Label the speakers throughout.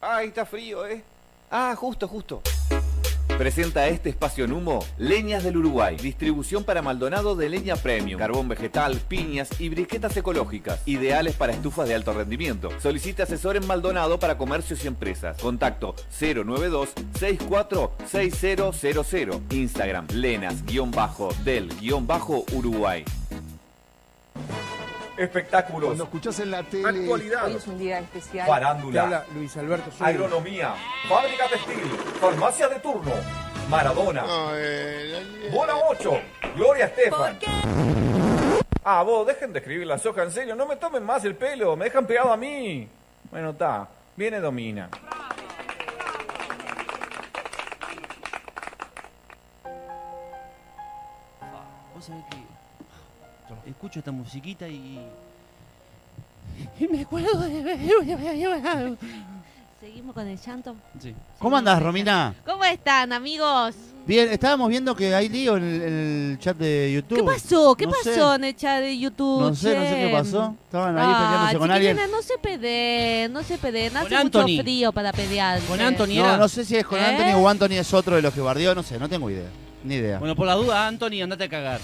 Speaker 1: Ay, está frío, ¿eh? Ah, justo, justo. Presenta este espacio en humo Leñas del Uruguay, distribución para Maldonado de leña premium, carbón vegetal, piñas y briquetas ecológicas, ideales para estufas de alto rendimiento. Solicita asesor en Maldonado para comercios y empresas. Contacto 092-646000. Instagram lenas-del-uruguay. Espectáculos,
Speaker 2: Cuando escuchás en la tele.
Speaker 1: actualidad,
Speaker 3: Hoy es un día especial.
Speaker 2: Te
Speaker 1: farándula.
Speaker 2: habla Luis Alberto Suárez.
Speaker 1: Agronomía, fábrica textil, farmacia de turno, Maradona,
Speaker 2: No, eh,
Speaker 1: Bola 8, Gloria Estefan. Ah, vos, dejen de escribir la soja, en serio, no me tomen más el pelo, me dejan pegado a mí. Bueno, está, viene Domina.
Speaker 4: Vos sabés que escucho esta musiquita y. Y me acuerdo de.
Speaker 5: Seguimos con el llanto.
Speaker 4: Sí.
Speaker 6: ¿Cómo andás, Romina?
Speaker 5: ¿Cómo están, amigos?
Speaker 6: Bien, estábamos viendo que hay lío en el, en el chat de YouTube.
Speaker 5: ¿Qué pasó? ¿Qué
Speaker 6: No sé.
Speaker 5: pasó en el chat de YouTube?
Speaker 6: No sé, no sé qué
Speaker 5: che?
Speaker 6: pasó. Estaban ahí
Speaker 5: Ah,
Speaker 6: peleándose con alguien.
Speaker 5: chiquilina, no se pedeen, no se pedeen. Hace
Speaker 4: Con
Speaker 5: mucho
Speaker 4: Anthony.
Speaker 5: frío para pelear.
Speaker 4: Con Anthony
Speaker 6: No,
Speaker 4: era.
Speaker 6: no sé si es con
Speaker 5: ¿Eh?
Speaker 6: Anthony o Anthony es otro de los que bardeó, no sé, no tengo idea. Ni idea.
Speaker 4: Bueno, por la duda, Anthony, andate a cagar.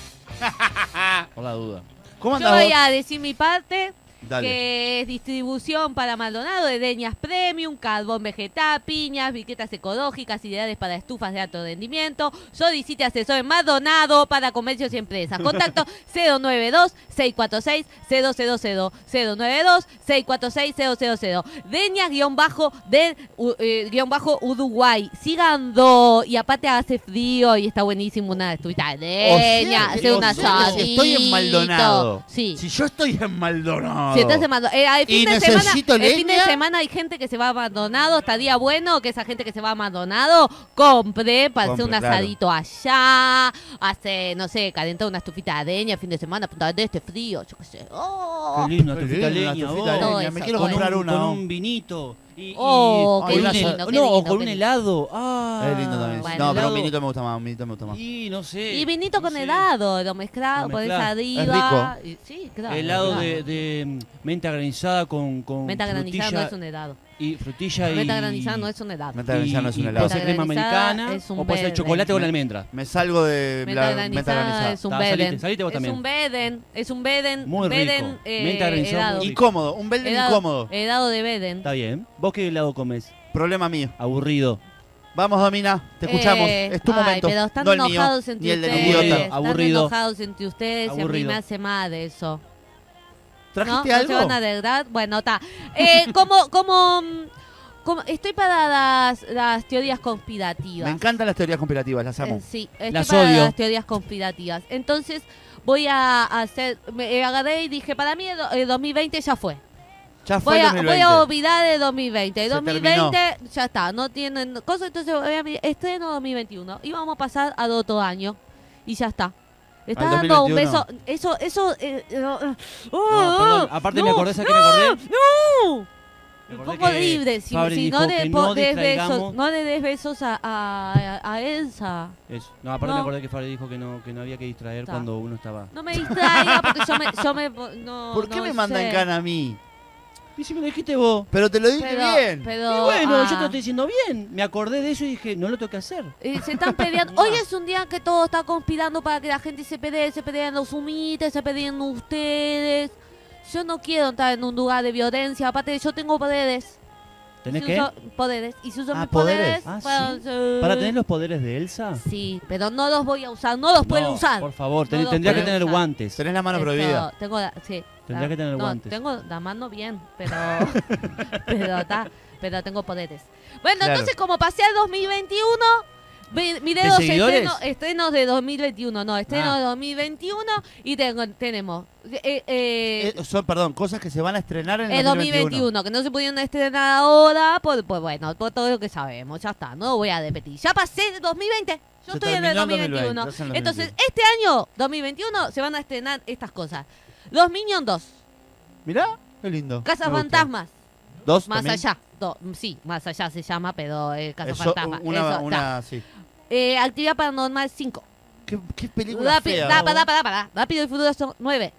Speaker 4: Por la duda.
Speaker 6: ¿Cómo
Speaker 5: Yo
Speaker 6: andás
Speaker 5: voy
Speaker 6: vos?
Speaker 5: a decir mi parte,
Speaker 6: Dale.
Speaker 5: que es distribución para Maldonado de leñas premium, carbón vegetal, piñas, briquetas ecológicas, ideales para estufas de alto rendimiento. Solicite asesor en Maldonado para comercios y empresas. Contacto 092-646-000. 092-646-000. Deñas guión bajo, de, u- eh, guión bajo Uruguay. Sigando. Y aparte hace frío y está buenísimo una estufita de
Speaker 6: O sea
Speaker 5: leña.
Speaker 6: que-
Speaker 5: hacer un
Speaker 6: o sea que si estoy en
Speaker 5: asadito.
Speaker 6: Maldonado.
Speaker 5: Sí.
Speaker 6: Si yo estoy en
Speaker 4: Oh.
Speaker 6: Maldonado.
Speaker 5: Si estás en Maldonado- eh, el fin
Speaker 6: Y
Speaker 5: de semana,
Speaker 6: necesito
Speaker 5: el fin de
Speaker 6: leña.
Speaker 5: semana hay gente que se va a Maldonado, está día bueno, que esa gente que se va a Maldonado compre para hacer
Speaker 6: Compre,
Speaker 5: un
Speaker 6: claro.
Speaker 5: asadito allá, hace, no sé, calentar una estufita de leña el fin de semana, punta de este frío, yo qué sé. Oh,
Speaker 4: Qué lindo,
Speaker 6: Qué
Speaker 4: tu
Speaker 6: lindo, una
Speaker 4: leña,
Speaker 6: tufita de
Speaker 4: vos.
Speaker 5: Todo
Speaker 6: leña, Me
Speaker 5: eso,
Speaker 6: quiero
Speaker 5: todo.
Speaker 6: comprar
Speaker 4: con un,
Speaker 6: una.
Speaker 4: con
Speaker 6: ¿no?
Speaker 4: un vinito. Y, y-
Speaker 5: Oh,
Speaker 4: o
Speaker 6: qué
Speaker 4: con un
Speaker 6: lindo,
Speaker 4: hel-
Speaker 5: qué
Speaker 4: No, o
Speaker 5: lindo,
Speaker 4: con
Speaker 5: qué
Speaker 4: un
Speaker 5: lindo.
Speaker 4: helado. Ah,
Speaker 6: Es lindo también.
Speaker 5: Bueno,
Speaker 6: no, pero
Speaker 4: helado.
Speaker 6: un vinito me gusta más, un vinito me gusta más.
Speaker 4: Y no sé.
Speaker 5: Y vinito
Speaker 4: no
Speaker 5: con
Speaker 4: sé.
Speaker 5: helado, lo mezclado,
Speaker 4: Lo
Speaker 5: pones
Speaker 4: mezclás.
Speaker 5: arriba. y- sí, claro.
Speaker 4: Helado
Speaker 5: claro.
Speaker 4: de, de, mm, menta granizada con, con
Speaker 5: Ah. Menta granizada no
Speaker 4: frutilla
Speaker 5: es un helado.
Speaker 4: y frutilla y
Speaker 5: Meta granizada no es un helado.
Speaker 6: Menta granizada no es
Speaker 4: y-
Speaker 6: un
Speaker 4: y
Speaker 6: helado.
Speaker 4: Puede ser
Speaker 5: Menta
Speaker 4: crema
Speaker 5: granizada
Speaker 4: americana
Speaker 5: es un
Speaker 4: o puede ser
Speaker 5: verde.
Speaker 4: chocolate con almendra.
Speaker 6: Me salgo de
Speaker 5: Meta
Speaker 6: la meta
Speaker 5: granizada
Speaker 6: granizada.
Speaker 5: es un
Speaker 4: Ta, salite,
Speaker 5: beden.
Speaker 4: salite vos
Speaker 5: Es
Speaker 4: también.
Speaker 5: un beden, es un beden.
Speaker 4: Muy rico.
Speaker 5: beden, eh,
Speaker 4: Menta granizada
Speaker 5: helado. eh.
Speaker 4: muy rico.
Speaker 6: Incómodo, un belden
Speaker 5: Helado-
Speaker 6: incómodo.
Speaker 5: helado de beden.
Speaker 4: Está bien. ¿Vos qué helado comes?
Speaker 6: Problema mío.
Speaker 4: Aburrido.
Speaker 6: Vamos, Domina, te escuchamos.
Speaker 5: Eh,
Speaker 6: es tu
Speaker 5: ay,
Speaker 6: momento.
Speaker 5: Pero están
Speaker 6: no el mío,
Speaker 5: enojados
Speaker 6: ni
Speaker 5: entre
Speaker 6: el del
Speaker 5: ustedes.
Speaker 4: Aburrido,
Speaker 6: idiota.
Speaker 5: Están
Speaker 4: aburrido.
Speaker 5: enojados entre ustedes y a mí
Speaker 4: Aburrido.
Speaker 5: me hace mal eso. ¿No?
Speaker 6: ¿Trajiste
Speaker 5: ¿No se
Speaker 6: algo?
Speaker 5: van a degradar? Bueno, está. Eh, como, como, mm, como- estoy para las, las teorías
Speaker 6: Me
Speaker 5: conspirativas.
Speaker 6: encantan las teorías comparativas, las amo.
Speaker 5: Eh, sí, estoy
Speaker 4: Las
Speaker 5: para
Speaker 4: odio.
Speaker 5: las teorías conspirativas. Entonces voy a hacer, me eh, agarré y dije, para mí el, do- el 2020 ya fue.
Speaker 6: ya fue
Speaker 5: Voy
Speaker 6: el
Speaker 5: a,
Speaker 6: 2020.
Speaker 5: voy a olvidar el 2020. El
Speaker 6: Se
Speaker 5: 2020 ya está, no tienen cosas, entonces voy a mi- estreno 2021 y vamos a pasar al otro año y ya está. Le Está
Speaker 6: Al
Speaker 5: dando un
Speaker 6: 2021.
Speaker 5: beso. Eso, eso. eh, eh, oh,
Speaker 4: No,
Speaker 5: oh,
Speaker 4: perdón. Aparte me
Speaker 5: no,
Speaker 4: acordé, ¿sabes qué me acordé?
Speaker 5: ¡No!
Speaker 4: Me
Speaker 5: Un
Speaker 4: acordé
Speaker 5: poco
Speaker 4: que
Speaker 5: libre. Si,
Speaker 4: Fabri
Speaker 5: si
Speaker 4: dijo
Speaker 5: no, le
Speaker 4: que
Speaker 5: po-
Speaker 4: no
Speaker 5: des
Speaker 4: distraigamos-
Speaker 5: besos, no le des besos a, a, a Elsa.
Speaker 4: Eso. No, aparte
Speaker 5: No.
Speaker 4: me acordé que Fabri dijo que no, que no había que distraer
Speaker 5: Ta.
Speaker 4: cuando uno estaba.
Speaker 5: No me distraiga porque yo me. Yo me no,
Speaker 6: ¿Por qué
Speaker 5: no
Speaker 6: me mandan
Speaker 5: sé.
Speaker 6: cana a mí?
Speaker 4: Y si me lo dijiste vos.
Speaker 6: Pero te lo dije
Speaker 5: Pero-
Speaker 6: bien.
Speaker 5: pero,
Speaker 4: y bueno, yo te
Speaker 5: ah.
Speaker 4: lo estoy diciendo bien. Me acordé de eso y dije, no lo tengo que hacer.
Speaker 5: Eh, se están peleando. Hoy es un día que todo está conspirando para que la gente se pelee, se peleen los humites, se peleen ustedes. Yo no quiero entrar en un lugar de violencia. Aparte, yo tengo poderes.
Speaker 4: ¿Tenés
Speaker 5: Si
Speaker 4: que?
Speaker 5: uso- Poderes. Y si uso
Speaker 6: Ah,
Speaker 5: mis
Speaker 6: poderes.
Speaker 5: poderes,
Speaker 4: Ah,
Speaker 5: puedo-
Speaker 4: sí. ¿Para tener los poderes de Elsa?
Speaker 5: Sí, pero no los voy a usar. No los puedo
Speaker 4: No,
Speaker 5: usar.
Speaker 4: Por favor,
Speaker 5: No
Speaker 4: ten-
Speaker 5: los
Speaker 4: tendría
Speaker 5: puedo
Speaker 4: que tener
Speaker 5: usar.
Speaker 4: guantes.
Speaker 6: Tenés la mano
Speaker 5: Esto,
Speaker 6: prohibida.
Speaker 5: Tengo la- sí,
Speaker 4: Tendría
Speaker 5: la-
Speaker 4: que tener
Speaker 5: no,
Speaker 4: guantes.
Speaker 5: Tengo la mano bien, pero. pero ta, pero tengo poderes. Bueno,
Speaker 6: Claro.
Speaker 5: entonces, como pasé al 2021, vi- miré
Speaker 4: ¿De
Speaker 5: los
Speaker 4: seguidores?
Speaker 5: estrenos, estrenos de 2021. No, estrenos
Speaker 4: Ah.
Speaker 5: de 2021 y tengo, tenemos. Eh, eh,
Speaker 6: Eh, son, perdón, cosas que se van a estrenar en
Speaker 5: el 2021, que no se pudieron estrenar ahora, por, por, bueno, por todo lo que sabemos, ya está, no voy a repetir. Ya pasé el 2020, yo
Speaker 6: Se
Speaker 5: estoy en el
Speaker 6: terminó el
Speaker 5: 2021.
Speaker 6: 2020, ya son los
Speaker 5: Entonces,
Speaker 6: 2021.
Speaker 5: este año, 2021, se van a estrenar estas cosas. Los Minions 2,
Speaker 6: Mirá, qué lindo.
Speaker 5: Casa
Speaker 6: Me gusta.
Speaker 5: Fantasmas,
Speaker 6: Dos.
Speaker 5: Más
Speaker 6: también.
Speaker 5: Allá. Do- sí, Más Allá se llama, pero eh, Casa
Speaker 6: Eso,
Speaker 5: Fantasma.
Speaker 6: una,
Speaker 5: Eso, ta.
Speaker 6: una, sí.
Speaker 5: Eh, Actividad Paranormal 5.
Speaker 6: ¿Qué, qué película
Speaker 5: Rápido,
Speaker 6: fea,
Speaker 5: da,
Speaker 6: vos. Oh,
Speaker 5: da, da, da, Rápido y Furioso 9.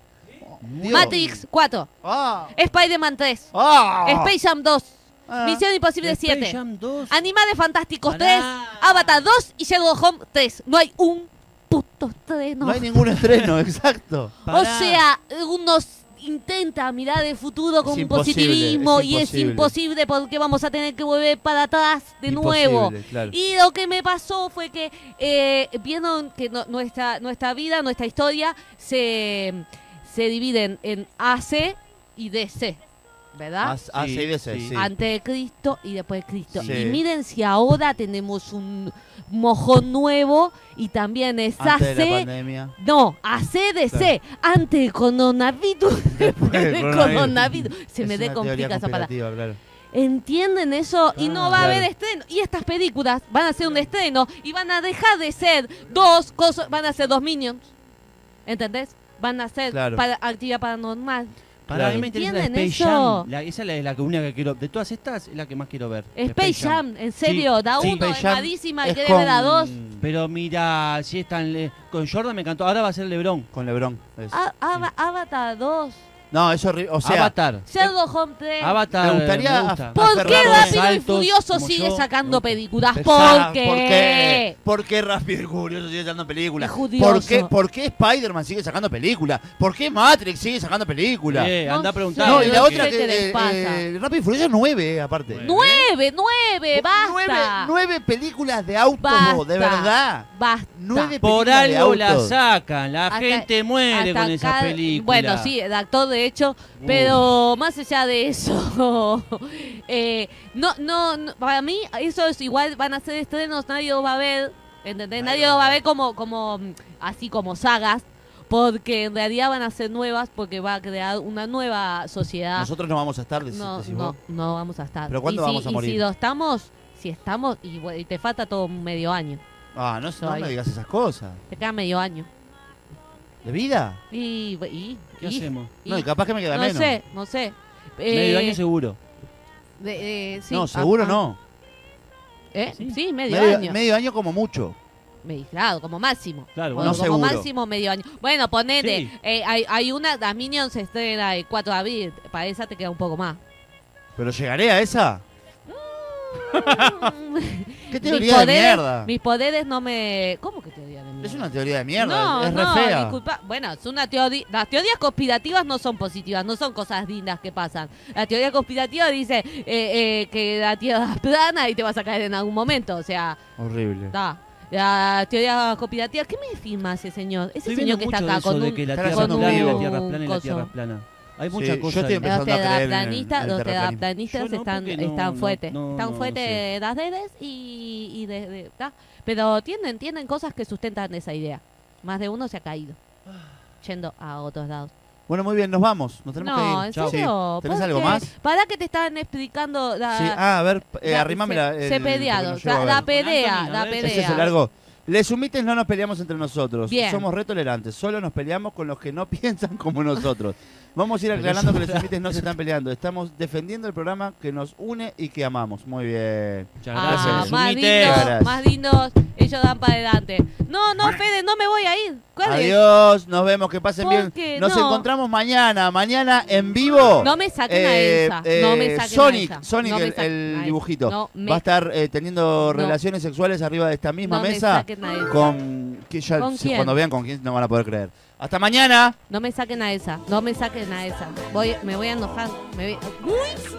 Speaker 6: Dios.
Speaker 5: Matrix 4.
Speaker 6: Ah,
Speaker 5: Spider-Man 3.
Speaker 6: ah.
Speaker 5: Space Jam 2.
Speaker 4: Ah.
Speaker 5: Misión Imposible
Speaker 4: Space
Speaker 5: 7.
Speaker 4: Jam 2.
Speaker 5: Animales Fantásticos
Speaker 4: Pará.
Speaker 5: 3, Avatar 2 y Sherlock Holmes 3. No hay un puto estreno.
Speaker 6: No. hay ningún estreno, exacto.
Speaker 5: o
Speaker 4: Pará.
Speaker 5: sea, uno s- intenta mirar el futuro con
Speaker 6: Es imposible,
Speaker 5: positivismo
Speaker 6: es
Speaker 5: y es
Speaker 6: imposible.
Speaker 5: imposible porque vamos a tener que volver para atrás de nuevo.
Speaker 6: Imposible, claro.
Speaker 5: Y lo que me pasó fue que eh, vieron que no- nuestra, nuestra vida, nuestra historia se, se divide en, en AC y DC, ¿verdad?
Speaker 6: As- AC y DC,
Speaker 4: Sí,
Speaker 6: sí.
Speaker 5: Antes de Cristo y después de Cristo.
Speaker 6: Sí.
Speaker 5: Y miren si ahora tenemos un mojón nuevo y también es
Speaker 6: Antes de la
Speaker 5: AC.
Speaker 6: pandemia.
Speaker 5: No, ACDC,
Speaker 6: Claro.
Speaker 5: antes del coronavirus, después
Speaker 6: del
Speaker 5: del
Speaker 6: coronavirus.
Speaker 5: coronavirus. Se me
Speaker 6: Es una
Speaker 5: decomplica
Speaker 6: teoría
Speaker 5: esa palabra.
Speaker 6: conspirativa, claro.
Speaker 5: ¿Entienden eso? y no va a
Speaker 6: Claro.
Speaker 5: haber estreno. Y estas películas van a ser un estreno y van a dejar de ser dos cosas, van a ser dos minions. ¿Entendés? Van a ser
Speaker 6: Claro.
Speaker 5: para, actividad paranormal.
Speaker 4: Pará, a mí
Speaker 6: Claro.
Speaker 4: me interesa
Speaker 5: ¿Entienden
Speaker 4: Space
Speaker 5: eso?
Speaker 4: Jam. La- esa es la, la que única que quiero. De todas estas, es la que más quiero ver.
Speaker 5: Space Jam, en serio, da
Speaker 6: sí.
Speaker 5: uno
Speaker 6: Space Jam
Speaker 5: armadísima y
Speaker 6: es
Speaker 5: quiere ver a dos.
Speaker 4: Pero mira, si están. le- Con Jordan me encantó. Ahora va a ser LeBron.
Speaker 6: Con Lebron. es.
Speaker 5: A- Ava- Avatar 2,
Speaker 6: No, es horrible. O sea,
Speaker 4: Avatar.
Speaker 5: Sherlock Holmes 3.
Speaker 4: Avatar.
Speaker 6: Me gustaría
Speaker 4: me gusta.
Speaker 5: ¿Por
Speaker 6: Hacer
Speaker 5: qué
Speaker 6: rápido
Speaker 5: Rápido y
Speaker 4: saltos,
Speaker 5: Furioso
Speaker 4: como
Speaker 5: sigue
Speaker 4: yo,
Speaker 5: sacando
Speaker 4: me gusta.
Speaker 5: películas?
Speaker 6: Pensá,
Speaker 5: ¿Por qué?
Speaker 6: ¿Por qué? ¿Por qué Rápido y Furioso sigue sacando películas?
Speaker 5: Es judioso.
Speaker 6: ¿Por qué, por qué Spider-Man sigue sacando películas? ¿Por qué Matrix sigue sacando películas?
Speaker 4: Eh,
Speaker 5: No
Speaker 4: anda a
Speaker 5: sé.
Speaker 4: preguntar.
Speaker 6: no, y
Speaker 5: no sé
Speaker 6: la otra
Speaker 5: qué
Speaker 6: que.
Speaker 5: les
Speaker 6: eh,
Speaker 5: pasa.
Speaker 6: eh, Rápido y Furioso es nueve, aparte.
Speaker 5: ¡Nueve, nueve! ¡Basta!
Speaker 6: ¿Eh? Nueve, nueve películas de autos,
Speaker 5: Basta.
Speaker 6: de verdad.
Speaker 5: ¡Basta!
Speaker 6: Nueve
Speaker 4: Por
Speaker 6: películas de
Speaker 4: algo la
Speaker 6: autos.
Speaker 4: sacan. La
Speaker 5: Hasta-
Speaker 4: gente muere con
Speaker 5: Hasta
Speaker 4: esa
Speaker 5: acá-
Speaker 4: película.
Speaker 5: Bueno, sí, el actor de hecho, pero más allá de eso, eh, no, no, no, para mí eso es igual, van a ser estrenos, nadie los va a ver, ¿entendés? Nadie los va a ver como, como, mm, así como sagas, porque en realidad van a ser nuevas, porque va a crear una nueva sociedad.
Speaker 6: Nosotros no vamos a estar, dec-
Speaker 5: no,
Speaker 6: decís
Speaker 5: no,
Speaker 6: vos.
Speaker 5: no vamos a estar.
Speaker 6: ¿Pero
Speaker 5: Y
Speaker 6: cuándo
Speaker 5: si-
Speaker 6: vamos a
Speaker 5: y si
Speaker 6: morir?
Speaker 5: lo estamos, si estamos, y, bueno, y te falta todo medio año,
Speaker 6: Ah, no, no
Speaker 5: Todavía.
Speaker 6: me digas esas cosas.
Speaker 5: te queda medio año.
Speaker 6: ¿De vida?
Speaker 5: Y, y,
Speaker 4: ¿Qué
Speaker 5: y-
Speaker 4: hacemos?
Speaker 5: y-
Speaker 6: No, y capaz que me queda
Speaker 5: no
Speaker 6: menos.
Speaker 5: sé, no sé. Eh,
Speaker 4: Medio año seguro.
Speaker 5: de- eh, sí,
Speaker 6: no,
Speaker 5: ah,
Speaker 6: seguro
Speaker 5: ah,
Speaker 6: no.
Speaker 5: ¿eh? Sí,
Speaker 4: Sí.
Speaker 5: medio, año.
Speaker 6: medio año como mucho.
Speaker 5: Me- claro, como máximo.
Speaker 4: Claro,
Speaker 5: Como-
Speaker 6: no
Speaker 5: como
Speaker 6: seguro.
Speaker 5: máximo medio año. Bueno, ponete,
Speaker 4: Sí.
Speaker 5: eh, hay, hay una, las Minions se estrena el 4 de abril, para esa te queda un poco más.
Speaker 6: ¿Pero llegaré a esa?
Speaker 5: Mm,
Speaker 6: ¿Qué teoría de mierda?
Speaker 5: mis poderes no me... ¿Cómo que teoría de mierda?
Speaker 6: Es una teoría de mierda,
Speaker 5: no,
Speaker 6: es re
Speaker 5: no,
Speaker 6: fea.
Speaker 5: disculpa. Bueno, es una teoría. Las teorías conspirativas no son positivas, no son cosas lindas que pasan. La teoría conspirativa dice eh, eh, que la tierra es plana y te vas a caer en algún momento. O sea,
Speaker 6: Horrible.
Speaker 5: da. La teoría conspirativa. ¿Qué me firma ese señor? Ese
Speaker 4: Estoy
Speaker 5: señor
Speaker 4: viendo
Speaker 5: que está
Speaker 4: mucho de
Speaker 5: acá
Speaker 4: eso
Speaker 5: con
Speaker 4: de
Speaker 5: un.
Speaker 4: que la
Speaker 6: con
Speaker 4: tierra es plana
Speaker 6: un
Speaker 4: y la tierra es plana y la
Speaker 5: coso.
Speaker 4: tierra es plana. Hay
Speaker 6: Sí,
Speaker 4: muchas
Speaker 6: yo
Speaker 4: cosas.
Speaker 6: estoy
Speaker 4: ahí.
Speaker 6: empezando-
Speaker 5: Los
Speaker 6: a creer en el-
Speaker 5: terraplanistas,
Speaker 6: el
Speaker 5: los
Speaker 6: terraplanismo.
Speaker 5: terraplanistas
Speaker 4: Yo no,
Speaker 5: están,
Speaker 4: porque no-
Speaker 5: están
Speaker 4: no-
Speaker 5: fuertes,
Speaker 4: no-
Speaker 5: están
Speaker 4: no
Speaker 5: fuertes
Speaker 4: sé.
Speaker 5: las redes y, y de- de- da. pero tienen, tienen cosas que sustentan esa idea. Más de uno se ha caído, yendo a otros lados.
Speaker 6: Bueno, muy bien, nos vamos. Nos tenemos
Speaker 5: No,
Speaker 6: que ir.
Speaker 5: en
Speaker 6: Chau.
Speaker 5: serio.
Speaker 6: Sí. ¿Tenés
Speaker 5: ¿por
Speaker 6: algo
Speaker 5: qué?
Speaker 6: más?
Speaker 5: Para que te están explicando la...
Speaker 6: Sí. Ah, a ver, eh,
Speaker 5: la-
Speaker 6: arrímame la.
Speaker 5: se,
Speaker 6: el-
Speaker 5: se
Speaker 6: porque
Speaker 5: peleado,
Speaker 6: no llego a
Speaker 5: la, la
Speaker 6: ver.
Speaker 5: pelea,
Speaker 4: Anthony, a
Speaker 5: la
Speaker 4: ver,
Speaker 5: pelea.
Speaker 4: ese
Speaker 6: Ese se largó. Les sumites no nos peleamos entre nosotros.
Speaker 5: Bien.
Speaker 6: Somos re tolerantes. Solo nos peleamos con los que no piensan como nosotros. Vamos a ir aclarando que los sumites no se están peleando. Estamos defendiendo el programa que nos une y que amamos. Muy bien.
Speaker 4: Muchas
Speaker 5: Ah,
Speaker 4: gracias.
Speaker 5: más
Speaker 4: Sumite.
Speaker 5: lindos,
Speaker 6: Gracias.
Speaker 5: más lindos, ellos dan para adelante. No, no, Fede, no me voy a ir. ¿Cuál es?
Speaker 6: Adiós. Nos vemos. Que pasen
Speaker 5: ¿Por
Speaker 6: bien.
Speaker 5: qué?
Speaker 6: Nos
Speaker 5: No.
Speaker 6: encontramos mañana. Mañana en vivo.
Speaker 5: No me saquen
Speaker 6: Eh,
Speaker 5: a Elsa.
Speaker 6: eh,
Speaker 5: no me saquen
Speaker 6: Sonic,
Speaker 5: a Elsa.
Speaker 6: Sonic
Speaker 5: No me
Speaker 6: el,
Speaker 5: saquen
Speaker 6: el
Speaker 5: a Elsa.
Speaker 6: dibujito.
Speaker 5: No me,
Speaker 6: Va a estar eh, teniendo
Speaker 5: No.
Speaker 6: relaciones sexuales arriba de esta misma
Speaker 5: no me
Speaker 6: mesa.
Speaker 5: saquen a Elsa.
Speaker 6: Con, que ya
Speaker 5: ¿Con
Speaker 6: si-
Speaker 5: quién?
Speaker 6: cuando vean con quién no van a poder creer. Hasta mañana.
Speaker 5: No me saquen a esa. No me saquen a esa. Voy, me voy a enojar. Me voy-